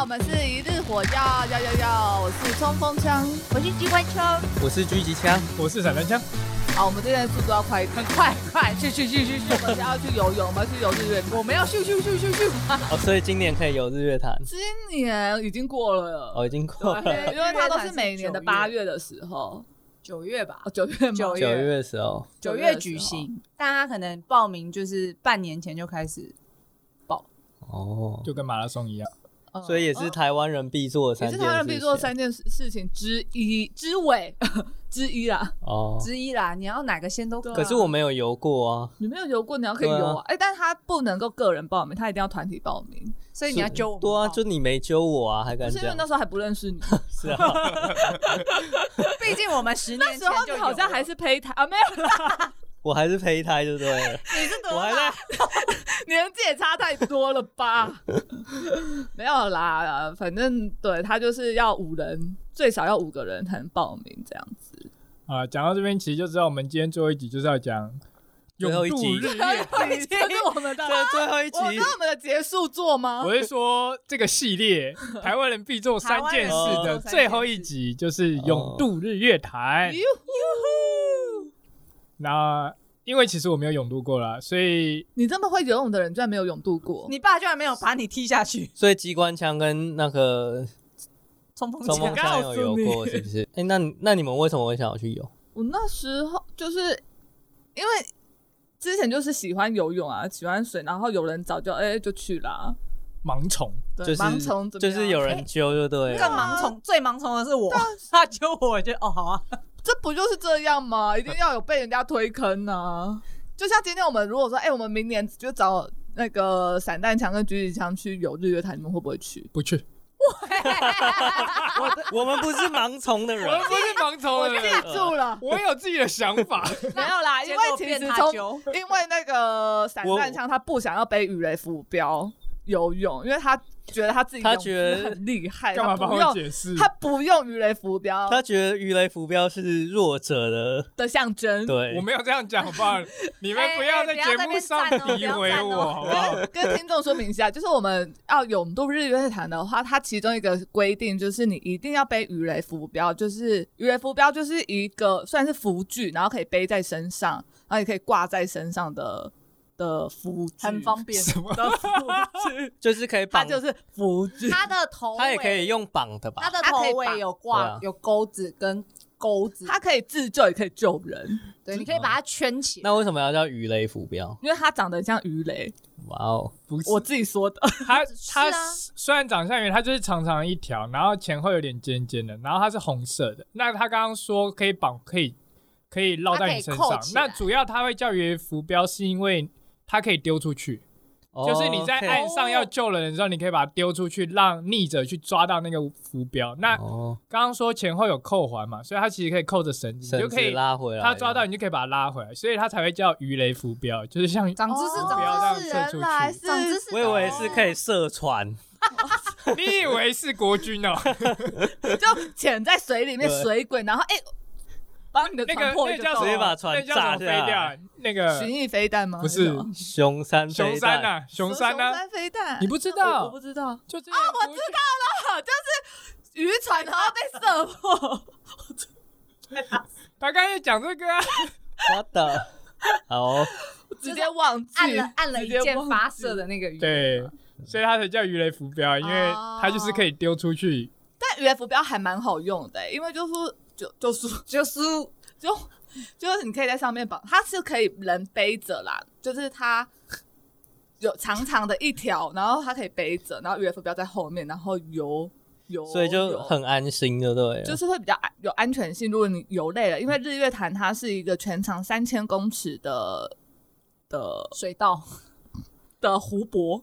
我们是一日火药，要要要，我是冲锋枪。我是机关枪，我是狙击枪，我是闪弹枪，好，我们今天的速度要快一点，快快去去去去去，我们要去游泳，我们要去游日月潭，我们要咻咻咻咻咻。哦，所以今年可以有日月潭，今年已经过了，哦，已经过了因为它都是每年的八月的时候，九月吧哦，，九月吗 九九月的时候，九九月月的时候举行，但他可能报名就是半年前就开始，哦，就跟马拉松一样。嗯所以也是台湾人必做的也三是件他人必做事情三件事事情之一之尾之一啦。哦。之一啦。你要哪个先都啊对啊可是我没有游过啊，你没有游过，你要可以游对啊啊。哎、但他不能够个人报名，他一定要团体报名。所以你要揪我们对啊，报就你没揪我啊，还不敢是因为 讲那？时候还不认识你，是啊，毕竟我们十那年前时候就你有好像了还是胚胎啊，没有啦，我还是胚胎就 对了，你是多我还大？在年纪也差太多了吧？ 没有啦，呃反正对他就是要五人，最少要五个人才能报名这样子。啊，讲到这边，其实就知道我们今天最后一集就是要讲最后永一渡集日月。对， 这是我们的，这最后一我们集是我们的结束作吗？我是说，这个系列台湾人必做三件事的最后一集就是永渡日月潭。哟那因为其实我没有永渡过啦，所以你这么会游泳的人，居然没有泳渡过？你爸居然没有把你踢下去，所以机关枪跟那个冲锋冲锋枪枪。有游过，是不是？ 哎、那你那你们为什么会想要去游？我那时候就是因为之前就是喜欢游泳啊，喜欢水，然后有人早就哎、就去啦。盲从对，就是盲从怎么就样啊是有人揪就对更了，盲从，最盲从的是我，他揪我，我就哦好啊，这不就是这样吗？一定要有被人家推坑啊！ 就像今天我们如果说，哎、我们明年就找那个散弹枪跟狙击枪去游日月潭，你们会不会去？不去，我们不是盲从的人我，们不是盲从的人，记住了，我有自己的想法。没有啦，因结为果其变实他从揪。因为那个散弹枪他不想要背鱼雷浮标游泳，因为他觉得他自己他泳觉得姿很厉害， 干嘛哎他帮不我用解释？他不用鱼雷浮标他觉得鱼雷浮标是弱者的，的象征。对嗯我，没有这样讲，好不好？你们哎不要哎在不要节在那目边上站哦不诋要毁站我，哦好不好？跟听众说明一下，就是我们要勇渡日月潭的话，它其中一个规定就是你一定要背鱼雷浮标，就是鱼雷浮标就是一个算是浮具，然后可以背在身上，然后也可以挂在身上的 的浮具，很方便，什么的浮具，就是可以它绑，就是浮具。他的头尾他也可以，用绑的他吧？的它头可以绑尾有对挂啊有钩子跟钩子，它可以自救，也可以救人，对，你可以把它圈起来。那为什么要叫鱼雷浮标？因为它长得很像鱼雷，哇哦，不 是我自己说的。 它是它啊虽然长相圆，它就是长长一条，然后前后有点尖尖的，然后它是红色的。那他刚刚说可以绑，可以可以绕在你身它上可以扣。起来那主要它会叫鱼浮标，是因为它可以丢出去，就是你在哦可以岸上要救人的时候，你可以把它丢出去，让逆者去抓到那个浮标。那哦，刚刚说前后有扣环嘛，所以它其实可以扣着绳子，你绳就可子以拉回来，啊它抓到，你就可以把它拉回来，所以它才会叫鱼雷浮标，就 是像长知识，哦不要长让知识，射出原来去是长知识。我以为是可以射船，你以为是国军哦、就潜在水里面对水鬼，然后哎，把你的 那船个破一那个叫什洞直接么把船那叫什么炸飞下来掉？那个巡弋飞弹吗？不是还什么熊山飞弹熊山呐、，熊山呐、熊山飞弹，呃你不知我我道不？知道，就这啊，我知道。渔船啊 然后被射破，他刚才讲这个啊，我的，好哦，直接忘记，按了按了一直接箭忘发射的那个鱼，对，所以他才叫鱼雷浮标，因为它就是可以丢出去。但 UF 标还蛮好用的、因为就是就就是 就是就就是你可以在上面绑，它是可以人背着啦，就是它有长长的一条，然后它可以背着，然后 UF 标在后面，然后游游，所以就游很安心，就对了，就是会比较安有安全性。如果你游累了，因为日月潭它是一个全长三千公尺的的水稻，的湖泊，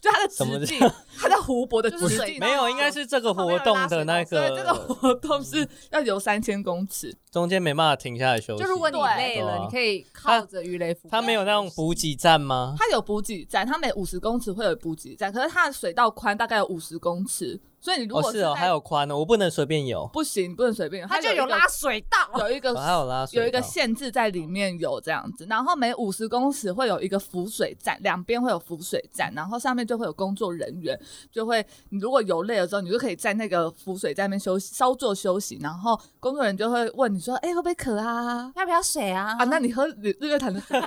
就它的什么直径，它在湖泊的就是直水径没有，应该是这个活动的那所以这个个嗯活动是要游三千公尺，中间没办法停下来休息。就如果你累对啊了，你可以靠着鱼雷浮标。他没有那种补给站吗？它有补给站，它每五十公尺会有补给站，可是它的水道宽大概有五十公尺，所以你如哦果是在哦，还有宽呢，我不能随便游，不行，不能随便，它就有一有个拉水道， 有一哦我个还有拉水哦有一个道限制在里面有这样子，然后每五十公尺会有一个浮水站，两边会有浮水站，然后上面就会有工作人员，就会你如果游累了之后，你就可以在那个浮水站那边休息，稍作休息，然后工作人员就会问你说，哎、会不会渴啊？要不要水啊？啊，那你喝日日月潭的水？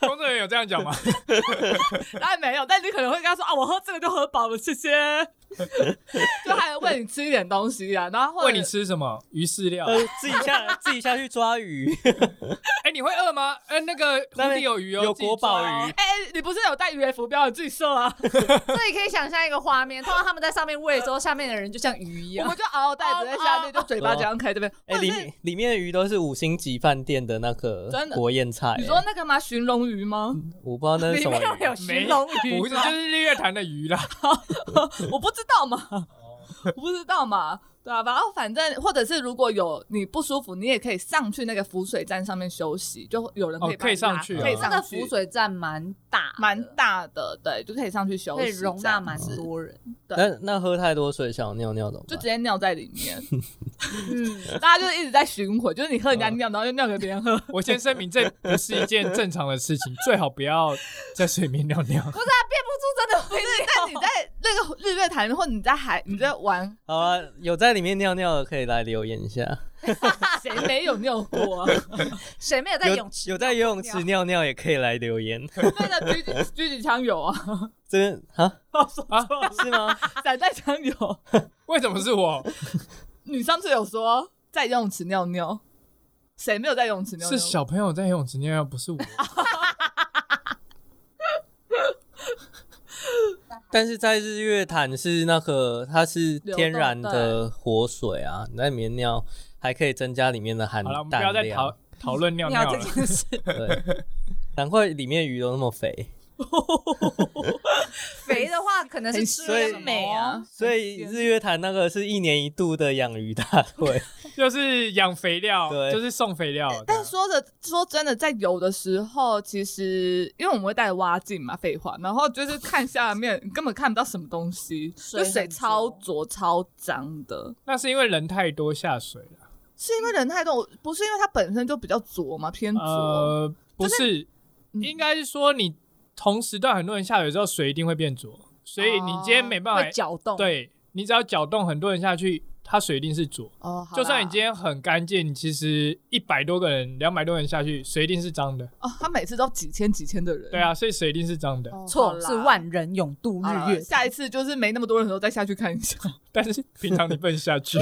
工作人员有这样讲吗？当然没有，但你可能会跟他说啊，我喝这个就喝饱了，谢谢。就还喂你吃一点东西啊，然后或者问你吃什么鱼饲料？呃，自己下自己下去抓鱼，哎，你会饿吗？哎，那个湖那里边有鱼哦，有自己国宝抓哦鱼。哎、哎你不是有带 UF 标，你自己射啊？所以可以想象一个画面，通常他们在上面喂的时候，下面的人就像鱼一我样。们就嗷嗷待着在下面，就嘴巴这样开这边。 或哎、者里是面里面的鱼都是五星级饭店的那个真的国宴菜、哎你说那个吗？寻龙鱼吗？我不知道那是里什么面 鱼，有寻龙鱼，不是，就是日月潭的鱼啦。嗯我不知道嘛， 我不知道嘛，对啊，然后反正或者是如果有你不舒服，你也可以上去那个浮水站上面休息，就有人可以帮你哦拉、可以上去啊可以那个上去浮。水站蛮大的，蛮大的，对，就可以上去休可息，以容这纳样蛮多人。那那喝太多水想尿尿怎么就办直？接尿在里 面。嗯，大家就是一直在巡回，就是你喝人家尿，然后又尿给别人喝。 我先声明，这不是一件正常的事情，最好不要在水里面尿 尿。变不出真的会但你在那个日月潭，或你在海，你在玩，好啊，有在里面尿尿的可以来留言一下，谁没有尿过、 啊？谁没有在有泳池？有在游泳池尿尿也可以来留言。那个狙击狙击枪有啊， 这边啊啊，是吗？散弹枪有。为什么是我？你上次有说在游泳池尿尿，谁没有在游泳池尿是尿？小朋友在游泳池尿尿，不是我。但是在日月潭是那个它是天然流的活水啊，你在里面尿还可以增加里面的含好了，我们不要氮再量讨。讨论尿尿尿这了。件事，对， 难怪里面鱼都那么肥。肥的话可能是吃所以了美啊，所以日月潭那个是一年一度的养鱼大 会， 就是养肥料，对就是送肥料。但说着说真的，在游的时候，其实因为我们会带蛙镜嘛，废话，然后就是看下面你根本看不到什么东西，水就水很超浊浊超脏的。那是因为人太多下水了。是因为人太多，不是因为它本身就比较浊嘛，偏浊。呃，不是，嗯应该是说你同时段很多人下水之后，水一定会变浊，所以你今天没办哦会法，搅动。，对你只要搅动很多人下去，它水一定是浊。哦，好啦就算你今天很干净，其实一百多个人、两百多人下去，水一定是脏的。哦，他每次都几千几千的人，对，啊，所以水一定是脏的。哦错是万。万人涌渡好啦日月潭。下一次就是没那么多人的时候再下去看一下。 但是平常你不能下去，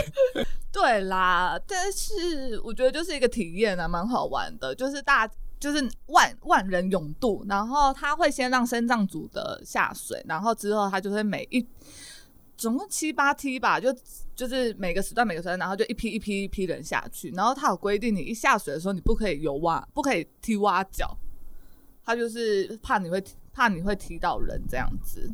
对啦，但是我觉得就是一个体验啊，蛮好玩的，就是大。就是万万人涌渡，然后他会先让升降组的下水，然后之后他就会每一总共七八梯吧，就就是每个时段每个时段，然后就一批一批一批人下去，然后他有规定，你一下水的时候你不可以游蛙，不可以踢蛙脚，他就是怕你会怕你会踢到人这样子。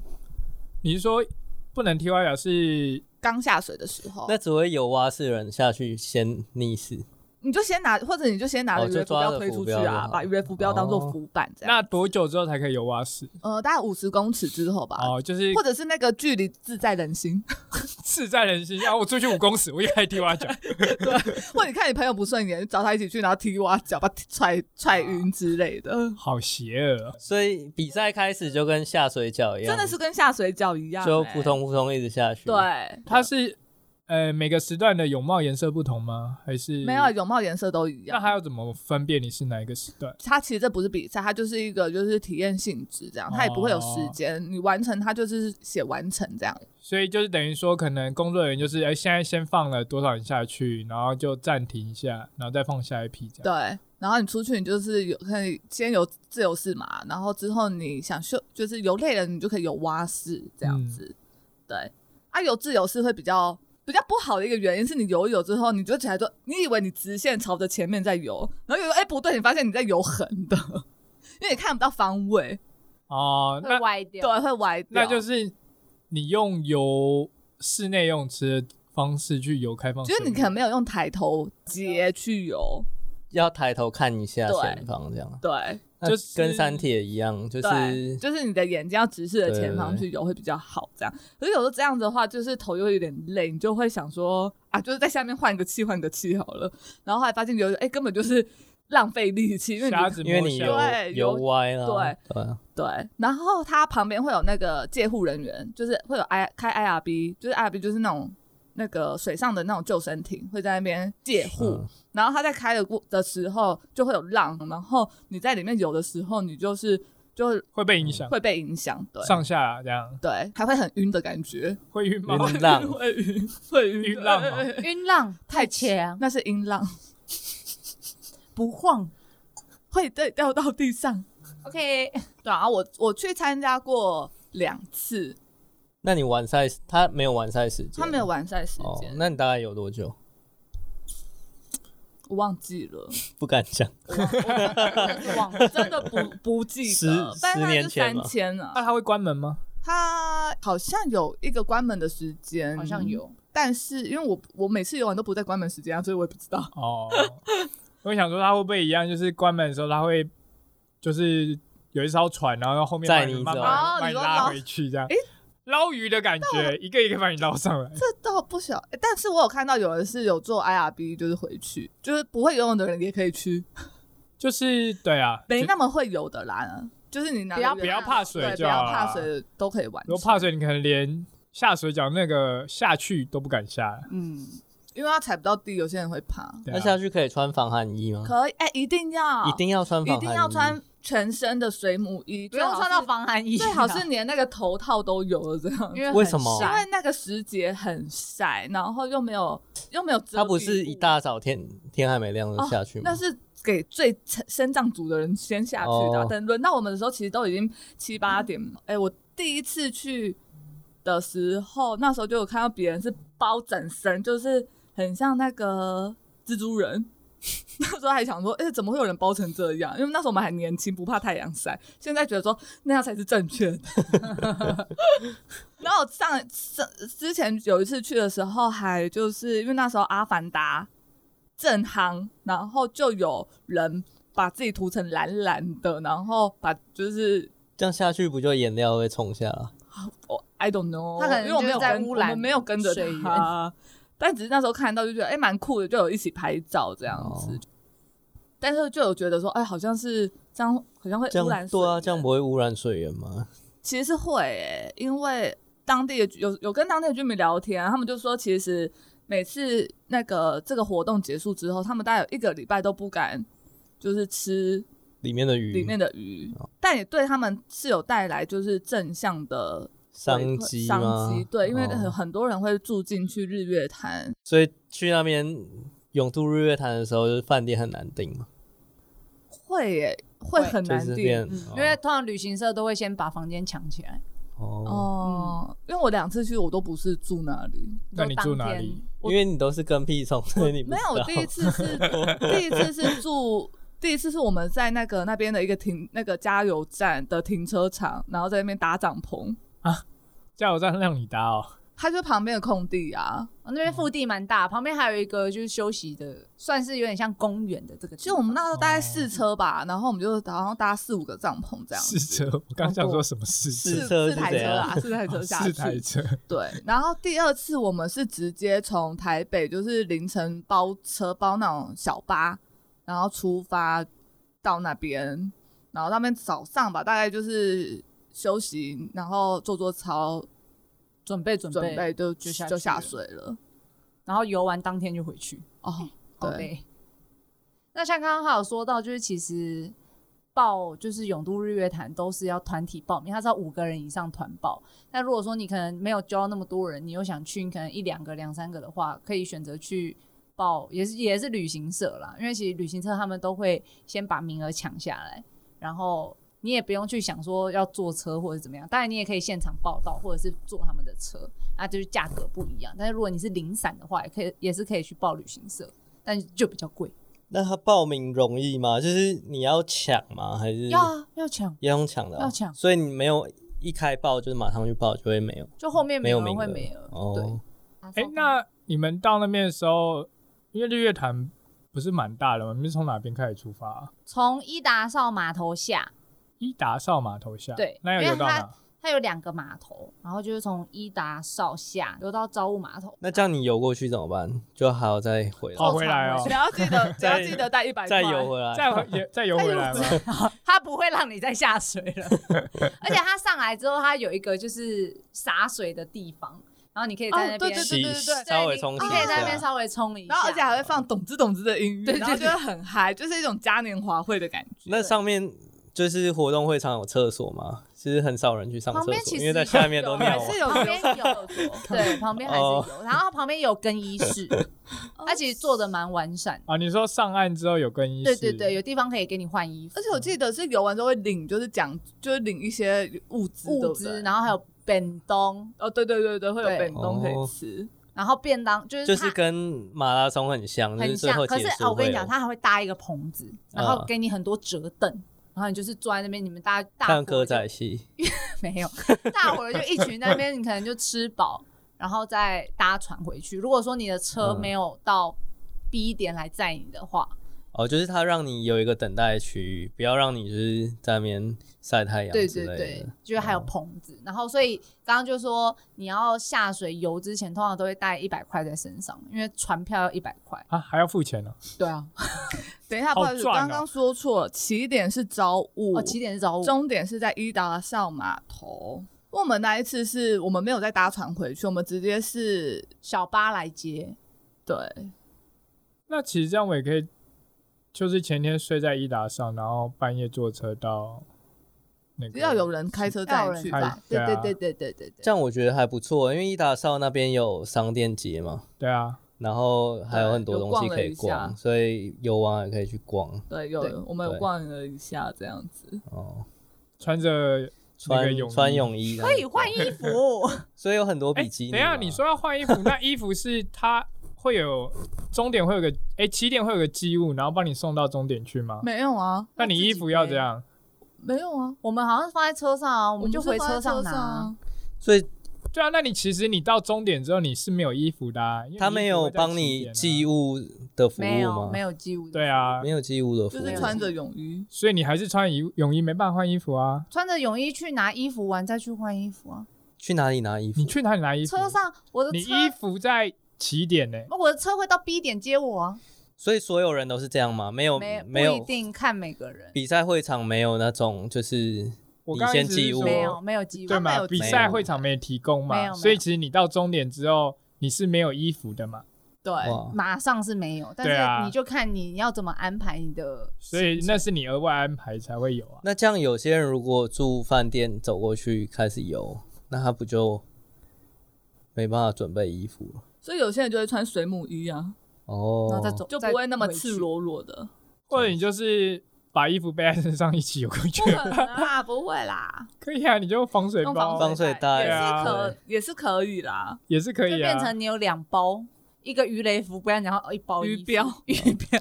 你是说不能踢蛙脚是刚下水的时候，那只会有蛙式人下去先溺死。你就先拿，或者你就先拿着哦就 UF 抓标着推浮出去标就啊，好哦把 UF 标当做浮板这样。那多久之后才可以游蛙式？呃，大概五十公尺之后吧，哦，就是或者是那个距离自在人心， 事在人心。然啊后我出去五公尺， 我也可以踢蛙脚。或者你看你朋友不顺眼，找他一起去，然后踢蛙脚，把他踢踹啊踹晕之类的，好邪 恶、哦！所以比赛开始就跟下水饺一样，真的是跟下水饺一样、就欸扑通嗯扑通一直下去。对，它是呃每个时段的泳帽颜色不同吗？还是没有？泳帽颜色都一那样。还要怎么分辨你是哪一个时段？它其实这不是比赛，它就是一个就是体验性质这样，它也不会有哦时间，你完成它就是写完成这样。所以就是等于说，可能工作人员就是哎、现在先放了多少人下去，然后就暂停一下，然后再放下一批这样。对，然后你出去，你就是有可以先游自由式嘛，然后之后你想休，就是游累了，你就可以游蛙式这样嗯子。对，啊，游自由式会比较比较不好的一个原因是你游一游之后，你就起来说，你以为你直线朝着前面在游，然后游游哎不对，你发现你在游横的， 因为你看不到方位，哦、会那歪掉，对，会歪掉。那就是你用游室内泳池的方式去游开放就水域，是你可能没有用抬头节去游，要抬头看一下对前方，这样。对那就是跟三铁一样，就对，是就是你的眼睛要直视着前方对去游会比较好，这样。可是有时候这样子的话，就是头又有点累，你就会想说啊，就是在下面换个气，换个气好了。然后后来发现游，哎、根本就是浪费力气，因为你瞎子因为摸你象游对游游歪了，对对啊，对，然后它旁边会有那个戒护人员，就是会有 I 开 IRB，就是 IRB 就是那种那个水上的那种救生艇，会在那边戒护。嗯然后它在开的过的时候就会有浪，然后你在里面游的时候，你就是就会被影响，会被影响，对上下这样对，还会很晕的感觉，会晕吗？ 晕浪会晕会晕晕浪哦 晕浪太强，那是音浪，不晃。会对掉到地上。 OK，对啊，我我去参加过两次，那你完赛时，他没有完赛时间，他没有完赛时哦间，，那你大概有多久？我忘记 了。不敢讲，晃真的不不记十得，但是十它年就前三嘛千啊那，他会关门吗？它好像有一个关门的时间，好像有，但是因为我我每次游玩都不在关门时间啊，所以我也不知道。哦，我想说他会不会一样，就是关门的时候他会就是有一艘船，然后后面载把你慢走慢哦把你你说拉捞回去这样诶，捞鱼的感觉，一个一个把你捞 上来。 这倒不晓，诶但是我有看到有人是有做 IRB，就是回去，就是不会游泳的人也可以去，就是对啊，没就那么会游的啦。就是你拿不要啊着不原要来怕水对就不要好啦怕水都可以玩。如果怕水，你可能连下水饺那个下去都不敢下。 嗯，因为它踩不到地，有些人会怕。对那啊，下去可以穿防寒衣吗？可以，哎、一定要，嗯一定要穿防一寒衣，定要穿全身的水母衣，不用穿到防寒衣，最好是，最好是连那个头套都有了这样。因为为什么很因晒为那个时节很晒，然后又没有又没有遮蔽物，它不是一大早天天还没亮就哦下去吗？那是给最生长组的人先下去的啊。哦等轮到我们的时候，其实都已经七八点了。哎、我第一次去的时候，那时候就有看到别人是包整身，就是很像那个蜘蛛人。 那时候还想说，哎、怎么会有人包成这样？因为那时候我们还年轻，不怕太阳晒。现在觉得说那样才是正确的。 然后上上之前有一次去的时候，还就是因为那时候《阿凡达》正夯，然后就有人把自己涂成蓝蓝的，然后把就是这样下去不就颜料会冲下啊了？我 I don't know，他可能因为我没有就是在跟污染我们没有跟着水源他， 但只是那时候看到就觉得哎蛮、酷的，就有一起拍照这样子。哦但是就有觉得说，哎、好像是这样，好像会这污样染对啊，水这样不会污染水源吗？其实是会、欸，因为当地的居有有跟当地的居民聊天、他们就说，其实每次那个这个活动结束之后，他们大概有一个礼拜都不敢就是吃里面的鱼，哦里面的鱼，但也对他们是有带来就是正向的商回馈机吗商机，对，因为很哦很多人会住进去日月潭，所以去那边永渡日月潭的时候，就是饭店很难订嘛，会耶、会会很就难是定变嗯，因为通常旅行社都会先把房间抢起来。哦，哦，因为我两次去我都不是住那里，那你住哪当里天？因为你都是跟屁虫，所以你不没有，知我道第一次是 第一次是住，第一次是我们在那个那边的一个停那个加油站的停车场，然后在那边搭帐篷，加油站让你搭哦，它就旁边的空地啊。哦那边腹地蛮大，旁边还有一个就是休息的，算是有点像公园的这个地方。其实我们那时候哦大概四车吧，然后我们就好像搭四五个帐篷这样子。试车。我刚想说什么试车？试车四是台怎车样 啊，四台车下四去，台车，对，然后第二次我们是直接从台北，就是凌晨包车包那种小巴，然后出发到那边，然后那边早上吧，大概就是休息，然后做做操，准备准备，准备就就下去就下了水了。然后游完当天就回去。哦，好对，累。那像刚刚还有说到，就是其实报就是永都日月潭都是要团体报名，它是要五个人以上团报。那如果说你可能没有教那么多人，你又想去，你可能一两个、两三个的话，可以选择去报，也是也是旅行社啦，因为其实旅行社他们都会先把名额抢下来，然后。你也不用去想说要坐车或者怎么样，当然你也可以现场报到，或者是坐他们的车，啊，就是价格不一样。但是如果你是零散的话，也可以也是可以去报旅行社。但就比较贵。那他报名容易吗？就是你要抢吗？还是要啊，要抢，要用抢的哦、要抢所以你没有一开报就是马上去报就会没有，就后面没有名人额会没了。哦。哎哎，那你们到那边的时候，因为日月潭不不是蛮大的吗？你们是从哪边开始出发、啊？从伊达邵码头下，伊达邵码头下，对那因要为游到它哪？它有两个码头，然后就是从伊达邵下游到朝雾码头。那这样你游过去怎么办？就还要再回来，跑回来后哦只，要记得，只要再记得带一百再块，哦游回来，再回也再游回来吗？它不会让你再下水 了，而且它上来之后，它有一个就是洒水的地方，然后你可以在那边、哦对对对洗稍微冲你洗你一可以在那边下。稍微冲一下，然后而且还会放懂之懂之的音乐，对对然后就对会很嗨，就是一种嘉年华会的感觉。那上面就是活动会场有厕所吗？其实很少人去上旁厕边所，其实因为在下面都啊有尿还完是。有旁边有对， 旁边还是哦有，然后旁边有更衣室， 它其实做的蛮完善的。 啊，你说上岸之后有更 衣对室？对对，，有地方可以给你换衣服而且我记得是游完之后会领，就是奖，就是领一些物资，对物不资，对嗯然后还有便当，哦，对对对对，会有对本东可以哦吃，然后便当就是就它是跟马拉松很像，就很是最像，后可是结啊束我跟会嗯你讲，有它还会搭一个棚子，然后给你很多折凳，然后你就是坐在那边，你们大大伙看歌就仔戏， 没有，大伙儿就一群在那边，你可能就吃饱，然后再搭船回去。如果说你的车嗯没有到 B 点来载你的话，哦，就是它让你有一个等待区域，不要让你就是在那边晒太阳对之对类的。嗯对，就是还有棚子。然后所以刚刚就说你要下水游之前，通常都会带一百块在身上，因为船票要一百块。啊，还要付钱呢、对啊，等一下，不好意思，好赚刚哦刚说错了，起点是朝雾，哦，起点是找我。终点是在伊达上码头。我们那一次是我们没有再搭船回去，我们直接是小巴来接，对，那其实这样我也可以，就是前天睡在伊达上，然后半夜坐车到那只个。要有人开车要载有你去人吧载吧。对对对啊对对对对对。这样我觉得还不错，因为伊达邵那边有商店街嘛，对啊，然后还有很多东西可以对有逛了一逛，下所以游玩也可以去逛对，有对我们有对逛了一下这样子，哦。穿着那穿个泳衣穿泳衣可以换 衣，衣服， 所以有很多哎、比基尼嘛。等一下你说要换衣服，那衣 服是它会有终点会有个哎、起点会有个机务，然后帮你送到终点去吗？没有啊，那你衣服要怎欸样？没有啊，我们好像是放在车上啊，我我们就不是回放在车上上拿。啊。所以对啊，那你其实你到终点之后你是没有衣服的、啊，因为他没衣服有会在帮起你点啊寄。物的服务没有吗？没有机务，对，啊没，有寄物的服就务，是穿着泳衣，所以你还是穿泳泳衣没办法换衣服啊。穿着泳衣去拿衣服完再去换衣服啊。去哪里拿衣服你？去哪里拿衣服？车上我的你车，哦衣服在起点呢、我的车会到 B 点接我啊，所以所有人都是这样吗？没有没没不一有定看每个人，比赛会场没有那种就是我你刚刚先一直寄是物哦说没有没有机对会，他没嘛？有比没赛有会场没提供没有没嘛，所以有其实你到终点之后你是没有衣服的嘛，对，哇，马上是没有，但对啊是你就看你要怎么安排你的行所程，以那是你额外安排才会有啊。那这样有些人如果住饭店走过去开始游，那他不就没办法准备衣服了？所以有些人就会穿水母衣啊，哦，然后再走就不会那么赤。再回去裸裸的。或者你就是把衣服背在身上一起游过去不， 可能啦，不会啦，可以啊，你就防水用包防水袋也是对可啊也是可以 啦。也是可就以变啊。成你有两包，一个鱼雷浮标，然后一包衣服鱼标 鱼标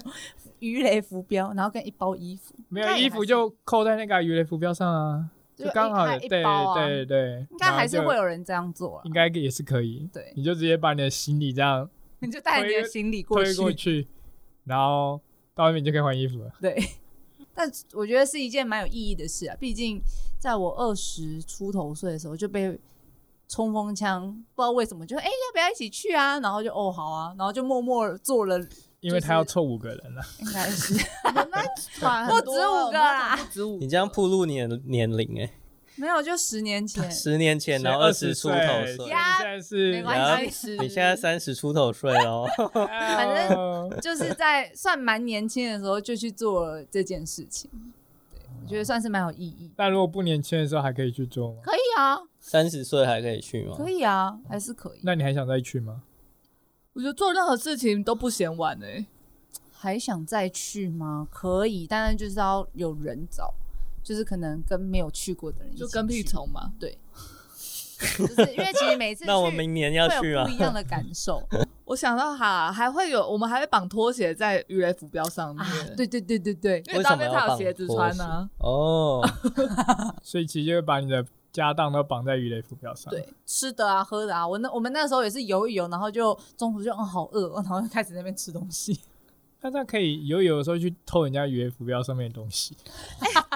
鱼雷浮标，然后跟一包衣服，没那有也衣还服是就扣在那个鱼雷浮标上啊，就刚好一有一对包啊，对对，应该还是会有，有人这样做啊，应该也是可以。对，你就直接把你的行李这样你就带着你的嗯推行李过推去，过去，然后到外面就可以换衣服了。对，但我觉得是一件蛮有意义的事啊。毕竟在我二十出头岁的时候就被冲锋枪，不知道为什么就哎、要不要一起去啊？然后就哦好啊，然后就默默做 了，因为就他要是凑五个人了，应该是我们那团 不止五个啦，不止五。你这样暴露你的年龄哎、。没有，就十年前十年前然后二20十出岁头所以岁你，呀现在是哦没然后关系，你现在三十出头岁哦喽，反正 就是在算蛮年轻的时候就去做了这件事情，对我觉得算是蛮有意义。那如果不年轻的时候还可以去做吗？可以啊，三十岁还可以去吗？可以啊，还是可以，那你还想再去吗？我觉得做任何事情都不嫌晚哎、还想再去吗？可以，但是就是要有人找，就是可能跟没有去过的人一起就跟屁去，虫嘛。对，就是因为其实每次 那我去明年要会去有吗不？一样的感 受我想到哈，还会有我们还会绑拖鞋在鱼雷浮标上面，啊，对对对对对，因为当面他有鞋子穿呢、啊。哦，所以其实就会把你的家当都绑在鱼雷浮标上。对，吃的啊喝的 哦啊，我那我们那时候也是游一游，然后就中途就嗯好饿，然后就开始在那边吃东西，那这样可以游泳的时候去偷人家渔浮标上面的东西，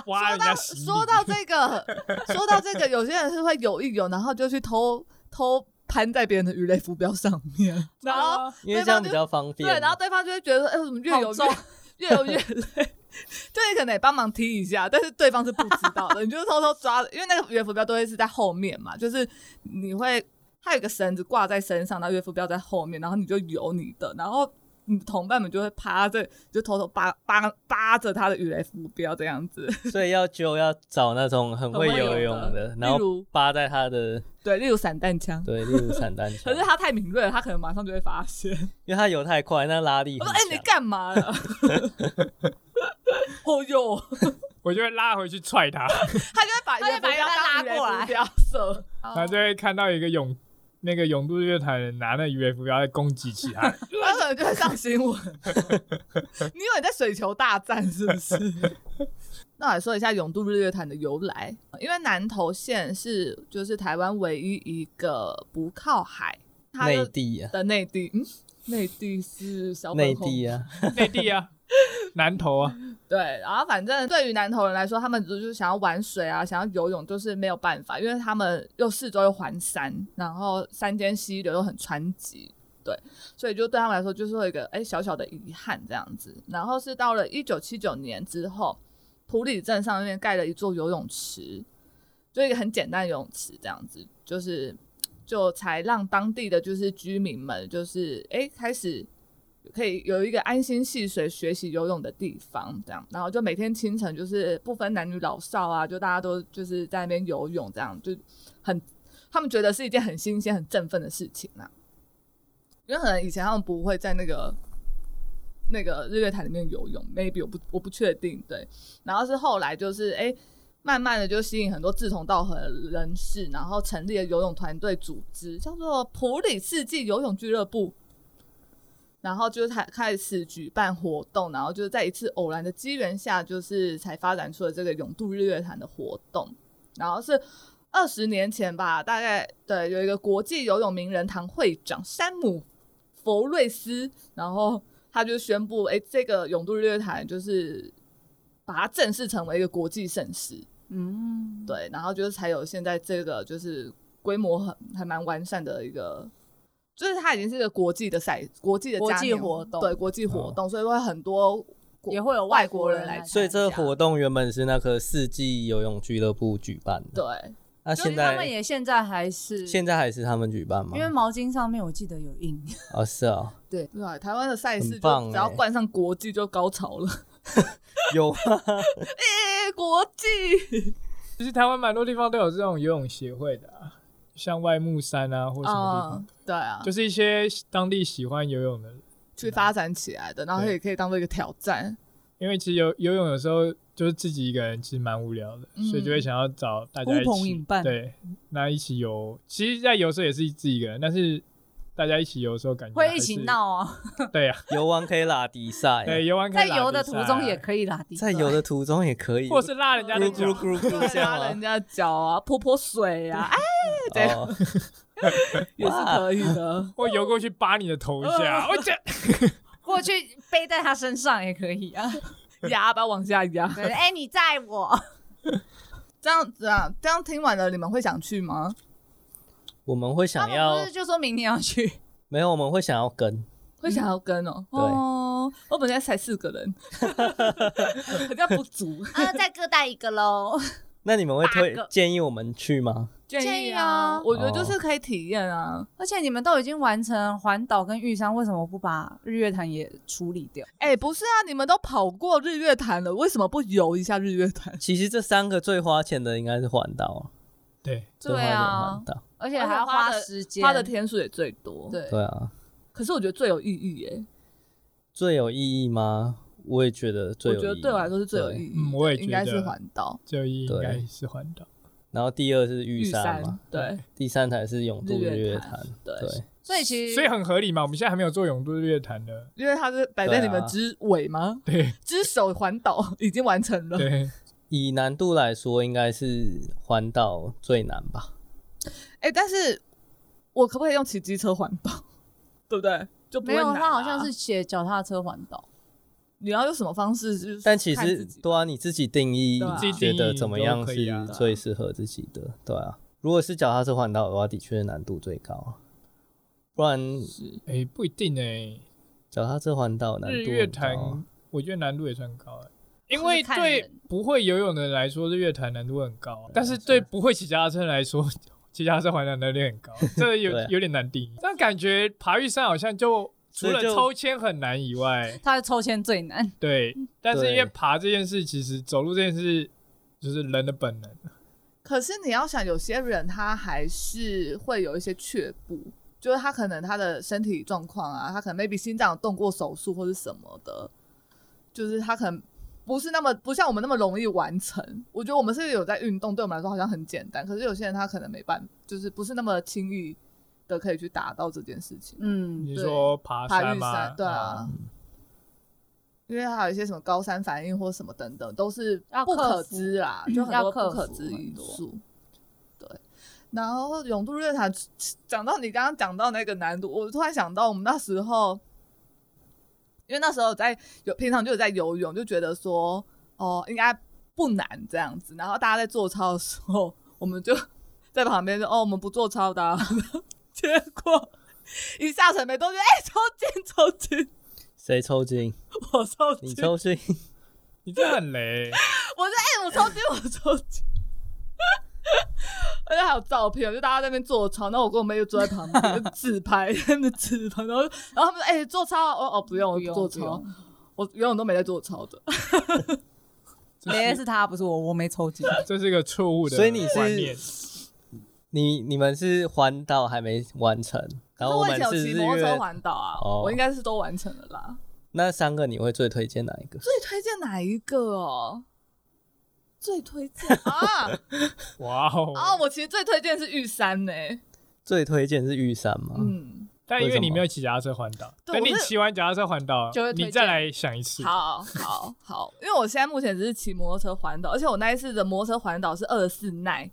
挖人家行李哎说到这个，说到这个，有些人是会游一游，然后就去偷偷攀在别人的鱼雷浮标上面，然后啊因为这样比较方便。对，然后对方就会觉得，哎、我怎么越游越好重越游越累？ 就你可能也帮忙踢一下，但是对方是不知道的，你就是偷偷抓，因为那个月浮标都会是在后面嘛，就是你会它有一个绳子挂在身上，然后月浮标在后面，然后你就游你的，然后你同伴们就会趴着，就偷偷扒扒扒着他的鱼雷浮标这样子。所以要就要找那种很会 很会游游泳的的，例然后如扒在他的对，例如散弹枪，对，例如散弹枪可是，他太敏锐了，他可能马上就会发现。因为他游太快，那拉力我很说：“强哎、你干嘛了？” 哦哟，我就会拉回去踹他，他就会把他就鱼雷把浮标当人家鱼拉雷过来哦浮标射。然后就会看到一个泳那个泳渡乐坛人拿那渔浮标在攻击其 他人。他可能就会上新闻。 你以为你在水球大战是不是？ 那我来说一下永渡日月潭的由来，因为南投县是就是台湾唯一一个不靠海，它内的地啊，的内地，嗯，内地是小内粉红地啊，内地啊，南投啊，对，然后反正对于南投人来说，他们就是想要玩水啊，想要游泳，就是没有办法，因为他们又四周又环山，然后山间溪流又很湍急，对，所以就对他们来说就是会有一个哎小小的遗憾这样子。然后是到了一九七九年之后，普里镇上面盖了一座游泳池，就一个很简单的游泳池这样子，就是就才让当地的就是居民们就是哎开始可以有一个安心戏水学习游泳的地方，这样，然后就每天清晨就是不分男女老少啊，就大家都就是在那边游泳，这样就很，他们觉得是一件很新鲜、很振奋的事情啊。因为可能以前他们不会在那个那个日月潭里面游泳，maybe 我不我不确定，对。然后是后来就是哎、诶慢慢的就吸引很多志同道合的人士，然后成立了游泳团队组织，叫做普里世纪游泳俱乐部。然后就是才开始举办活动，然后就是在一次偶然的机缘下，就是才发展出了这个永渡日月潭的活动。然后是二十年前吧，大概对有一个国际游泳名人堂会长山姆·佛瑞斯，然后他就宣布，哎，这个永渡日月潭就是把它正式成为一个国际盛事。嗯，对，然后就是才有现在这个就是规模很还蛮完善的一个，就是它已经是一个国际的赛，国际的国嘉际年活华动对国际嗯活动，所以会很多国也会有外外国国人人来来参参，所以这个活动原本是那个世纪游泳俱乐部举办的，对那就是现他们在也现在还是，现在还是他们举办吗因？为毛巾上面我记得有印，哦，是啊，对啊，台湾的赛事很就棒只要欸冠上国际就高潮了，有啊，哎、国际其实台湾蛮多地方都有这种游泳协会的、啊，像外木山啊，或什么地方，嗯，对啊，就是一些当地喜欢游泳的人。去发展起来的，然后对也可以当做一个挑战，因为其实游游泳有时候就是自己一个人，其实蛮无聊的，嗯所以就会想要找大家一呼朋起引伴对，那一起游。其实，在游的时候也是自己一个人，但是大家一起游的时候感觉会还一起是。闹啊，对呀、游完可以拉迪赛，啊对，游完可在以拉游比的赛途啊中也可以啦，的在确游的途中也可以，或是拉人家的咕噜脚。咕噜咕噜这对，样拉人吗？家脚啊，泼泼水啊，哎、这样哦，也是可以的。或游过去扒你的头一呃下，我这过去背在他身上也可以啊。压，把它往下压，对，哎、你载 我，这样子啊，这样听完了，你们会想去吗？我们会他想们不要是就说明年要去？没有，我们会想要跟，会想要跟哦、嗯对哦，我本来才四个 人，好像不足。 啊，再各带一个喽。那你们会推八个建议我们去吗？建议啊啊，我觉得哦就是可以体验啊。 而且你们都已经完成环岛跟玉山，为什么不把日月潭也处理掉？哎、不是啊，你们都跑过日月潭了，为什么不游一下日月 潭？其实这三个最花钱的应该是环岛啊，对，啊啊最花钱的环岛，而且还要花时间，花的天数也最多。，对，对啊，可是我觉得最有意义耶、最有意义吗？我也觉得最我有意觉义，得对我来说是最有意义对的。嗯我也觉得应该是环岛就应该对是环岛。然后第二是玉玉山山嘛，，对第三才是永渡日日月月潭潭，对对，所以其实所以很合理嘛。我们现在还没有做永渡日月潭的，因为它是摆在你对们啊之尾吗？ 对之首环岛已经完成了。对，以难度来说，应该是环岛最难吧？哎、但是我可不可 以用骑机车环保？对不对？就不没会有，难他好啊像是写脚踏车环岛，你要用什么方式？就是但其看实自己对啊，你自己定义对啊你觉得怎么样自己定义都可以是啊最适合自己的，对啊。如果是脚踏车环岛的话，的确难度最高，啊不然哎、不一定哎、脚踏车环岛难度日很月高啊潭，我觉得难度也算高哎、因是为看对人不会游泳的人来说，日月潭难度很高，啊但是对不会骑脚踏车的人来说，骑脚踏车环岛难度很高，这个有对啊有点难定义。但感觉爬玉山好像就除所以了就抽签很难以外，他的抽签最难，对，但是因为对爬这件事，其实走路这件事就是人的本能。可是你要想，有些人他还是会有一些却步，就是他可能他的身体状况啊，他可能 maybe 心脏有动过手术或是什么的，就是他可能不是那么不像我们那么容易完成。我觉得我们是有在运动，对我们来说好像很简单，可是有些人他可能没办，就是不是那么轻易的可以去达到这件事情。嗯，你对说爬爬玉吗？哦山，对啊。因为还有一些什么高山反应或什么等等，都是要不克可服知啦，就很嗯要多不克可服知很因多素。对，然后永渡日月潭，讲到你刚刚讲到那个难度，我突然想到我们那时候，因为那时候在有平常就有在游泳，就觉得说哦应该不难这样子，然后大家在做操的时候，我们就在旁边说哦我们不做操的啊、 结果一下水没多久，哎、抽筋抽筋，谁抽 筋？我抽你筋，抽筋？ 你这很雷、欸 我说哎、我抽筋，我抽筋。而且还有照片，就大家在那边做操，然后我跟我妹就坐在旁边就自拍，在那边自拍，然后然后他们说：“哎、做操啊！”我哦不用，我不用做不操用，我游泳都没在做操的。雷的是他，不是我，我没抽筋。这是一个错误的所以你是观念。你你们是环岛还没完成，然后可是们以前有是骑日摩托车月环岛啊，哦我应该是都完成了啦。那三个，你会最推荐哪一个？最推荐哪一个哦？最推荐啊哇哦！ 啊！我其实最推荐是玉山呢、最推荐是玉山吗？嗯，但因为为什你么没有骑脚踏车环岛，对等我你是骑完脚踏车环岛就会，推你再来想一哦次。好好好，因为我现在目前只是骑摩托车环岛，而且我那一次的摩托车环岛是二十四耐，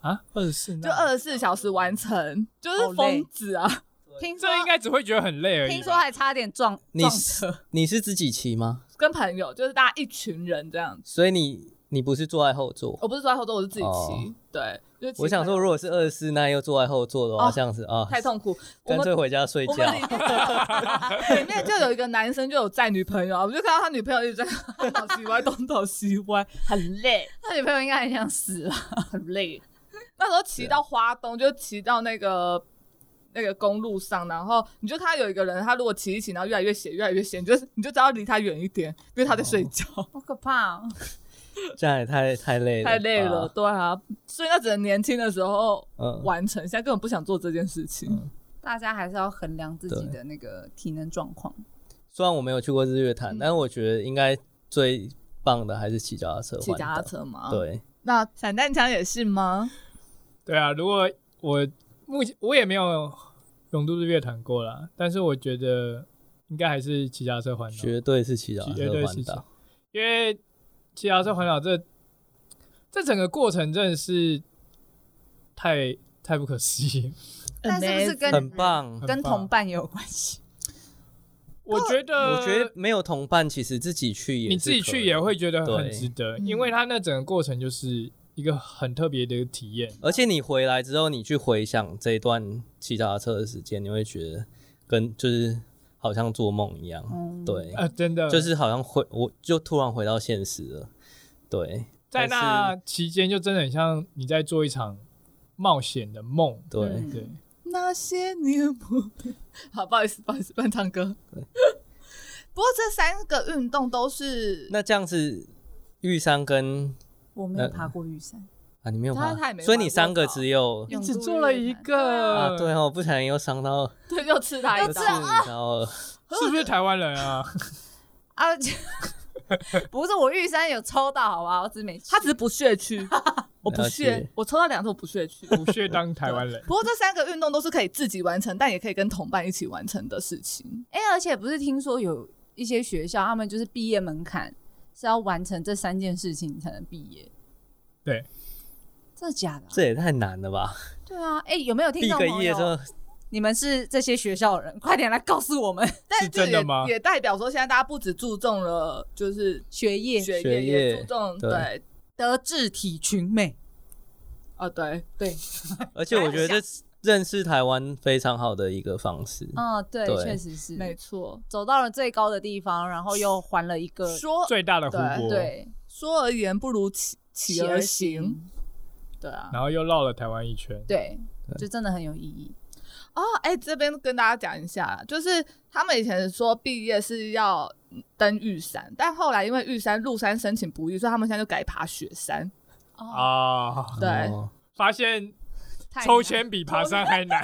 啊，二十四，就二十四小时完成，就好是累疯子啊！ 听说这应该只会觉得很累而已吧。听说还差点撞你撞是车， 你是自己骑吗？跟朋友就是大家一群人这样子，所以你你不是坐在后座？我不是坐在后座，我是自己骑，哦对，就是骑我想说，如果是二十四那又坐在后座的话，哦这样子啊，太痛苦，我干脆们。回家睡我觉们。里面就有里面就 有一个男生就有载女朋友啊，我就看到他女朋友一直在东 倒西歪，东倒西歪，很累。他女朋友应该很想死吧？很累，那时候啊骑到花东，就骑到那个那个公路上，然后你就看到有一个人，他如果骑一骑，然后越来越斜，越来越斜，你就你就只要离他远一点，因为他在睡觉，好可怕哦！这样也太太累了，太累了，。对啊，所以那只能年轻的时候嗯，完成，现在根本不想做这件事情。嗯大家还是要衡量自己对的那个体能状况。虽然我没有去过日月潭，嗯但是我觉得应该最棒的还是骑脚踏车。骑脚踏。车啊吗？，对，那散弹枪也是吗？对啊，如果我目前我也没有永渡日月潭过啦，但是我觉得应该还是骑脚踏车环岛，绝对是骑脚踏绝车对是环骑岛。因为骑脚踏车环岛这这整个过程真的是太太不可思议了。但是不是 Amazing 跟很棒。很跟棒同伴也有关系？我觉得，我觉得没有同伴，其实自己去也你是自己可去以也会觉得对很值得，嗯因为它那整个过程就是一个很特别的一个体验。而且你回来之后，你去回想这一段骑脚踏车的时间，你会觉得跟就是好像做梦一样，嗯对，呃，真的，就是好像回我就突然回到现实了，对，在那但期间就真的很像你在做一场冒险的梦。对、嗯对，那些年不 好，不好意思，不好意思，乱唱歌。不过这三个运动都是那这样子，玉山跟我没有爬过玉山，啊你没有他爬他也没所以爬你过三个吧只有你永只渡做了日一月潭个呃啊，对哦，不小心又伤 到对，又吃他又一是 刀。你知道了，是不是台湾人啊？ 啊， 就不是我玉山有抽到，好吧，我只是没去他只是不屑去， 我不了屑解，我抽到两次我不屑去。不屑当台湾人。不过这三个运动都是可以自己完成，但也可以跟同伴一起完成的事情。哎、而且不是听说有一些学校，他们就是毕业门槛是要完成这三件事情才能毕业，对，真的假的啊、这也太难了吧？对啊，哎、有没有听毕众个朋业之友？后你们是这些学校的人， 快点来告诉我们但是真的也吗也代表说，现在大家不只注重了就是学业学学也业注重对对德智体群美，啊对，对， 而且我觉得这是认识台湾非常好的一个方式。嗯，对，对确实是没错。走到了最高的地方，然后又还了一个呃说最大的湖泊，对说而言不如起起而行，，对啊。然后又绕了台湾一圈。对对，就真的很有意义。哦，哎、这边跟大家讲一下，就是他们以前说毕业是要嗯登玉山，但后来因为玉山入山申请不易，所以他们现在就改爬雪山。哦，啊，对哦发现太难抽签比爬山还难。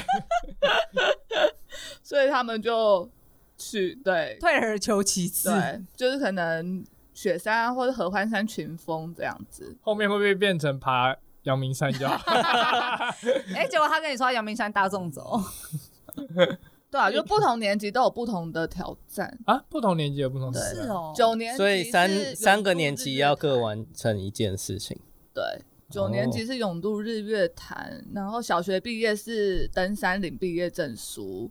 所以他们就去对退而求其次，对，就是可能雪山啊或者合欢山群峰这样子。后面会不会变成爬阳明山就好？ 哎，结果他跟你说阳明山大众走，对啊，就不同年级都有不同的挑战。啊，不同年级有不同时对代。是哦，九年级所以三是三永个渡年日级月要各哦潭完成一件事情。对。九年级是永渡日月潭，然后小学毕业是登山领毕业证书。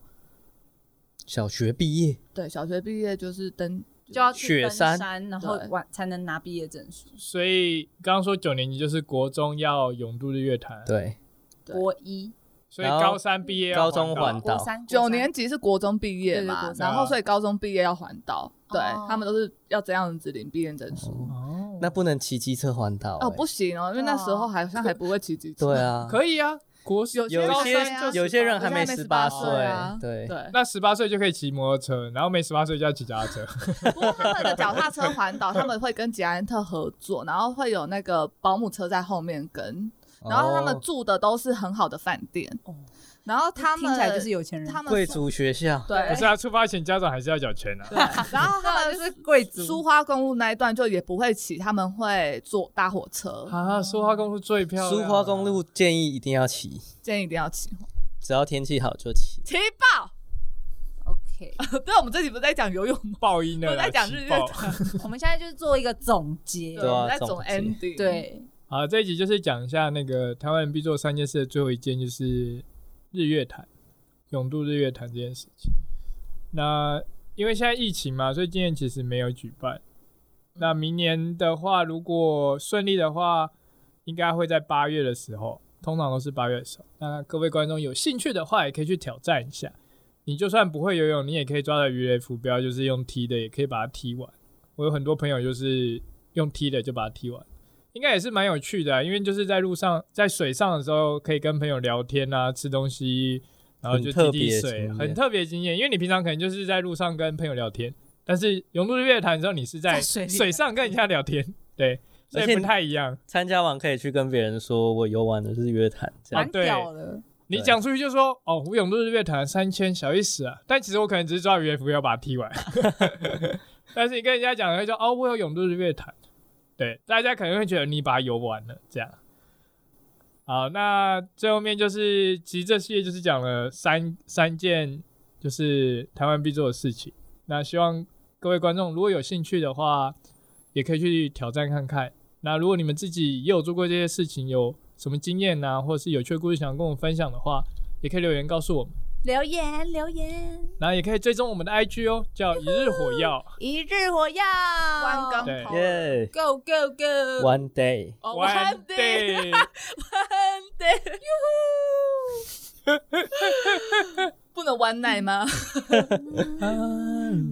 小学毕业，对，小学毕业就是登就要去雪登山山，然后对完才能拿毕业证书。所以刚刚说九年级就是国中要永渡日月潭，，对，对嗯国一、所以然后高三毕业要高中环环岛国岛三、国九三年级是国中毕业对对嘛国，中然后嗯啊所以高中毕业要环岛，对哦他们都是要这样子领毕业证书。哦哦，那不能骑机车环岛哦，欸不行哦，因为那时候好像还不会骑机车。啊对啊，可以啊，国有有些高一人三啊就些有些人还没有些还没十八18岁啊对， 对，那十八岁就可以骑摩托车，然后没十八岁就要骑脚踏车。不过他们的脚踏车环岛，他们会跟捷安特合作，然后会有那个保姆车在后面跟，然后他们哦住的都是很好的饭店哦，然后他们听起来就是有钱人，他们贵族学校，对可是啊，出发前家长还是要缴钱啊。 对， 然后他他们们就是是贵苏族，花公路那一段就也不会骑，他们会坐搭火车，啊，苏花公路最漂亮。啊苏花公路建议一定要骑，建议一定要骑，只要天气好就骑。骑爆！ OK， 对，我们这集不是在讲游泳吗？爆音的啦，我在讲日气月爆我们现在就是做一个总结对，对啊我们在总总结 ending，，对， 好，这一集就是讲一下那个台湾人必做三件事的最后一件，就是日月潭，永渡日月潭这件事情。那因为现在疫情嘛，所以今年其实没有举办。那明年的话，如果顺利的话，应该会在八月的时候，通常都是八月的时候。那各位观众有兴趣的话，也可以去挑战一下。你就算不会游泳，你也可以抓着鱼雷浮标，就是用踢的，也可以把它踢完。我有很多朋友就是用踢的就把它踢完。应该也是蛮有趣的啊、因为就是在路上、在水上的时候，可以跟朋友聊天啊，吃东西，然后就很特滴别的滴水，经验很特别的经验。因为你平常可能就是在路上跟朋友聊天，但是涌入日月潭的时候，你是在在水里水上跟人家聊天， 对，所而以且不太一样。参加完可以去跟别人说，我游玩的是约谈，这啊样蛮对屌的，你对讲出去就说哦，我永渡日月潭三千小意思啊，但其实我可能只是抓 UF 要把它踢完。 但是你跟人家讲，会说哦，我有永渡日月潭，对，大家可能会觉得你把它游完了这样。好，那最后面就是，其实这系列就是讲了三三件就是台湾必做的事情。那希望各位观众如果有兴趣的话，也可以去挑战看看。那如果你们自己也有做过这些事情，有什么经验啊呐、或者是有趣的故事想跟我们分享的话，也可以留言告诉我们。留言留言，然后也可以追踪我们的 IG 哦，叫一日火药。一日火药，弯刚对跑耶，Go Go Go， ，One day，哦 One 弯对 day，弯对，不能弯奶吗？ 啦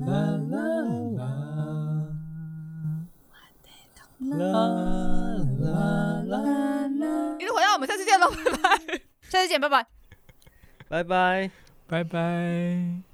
啦啦啦啦啦，一路回到我们下次见喽，拜拜。下次见，拜拜。拜拜。拜拜。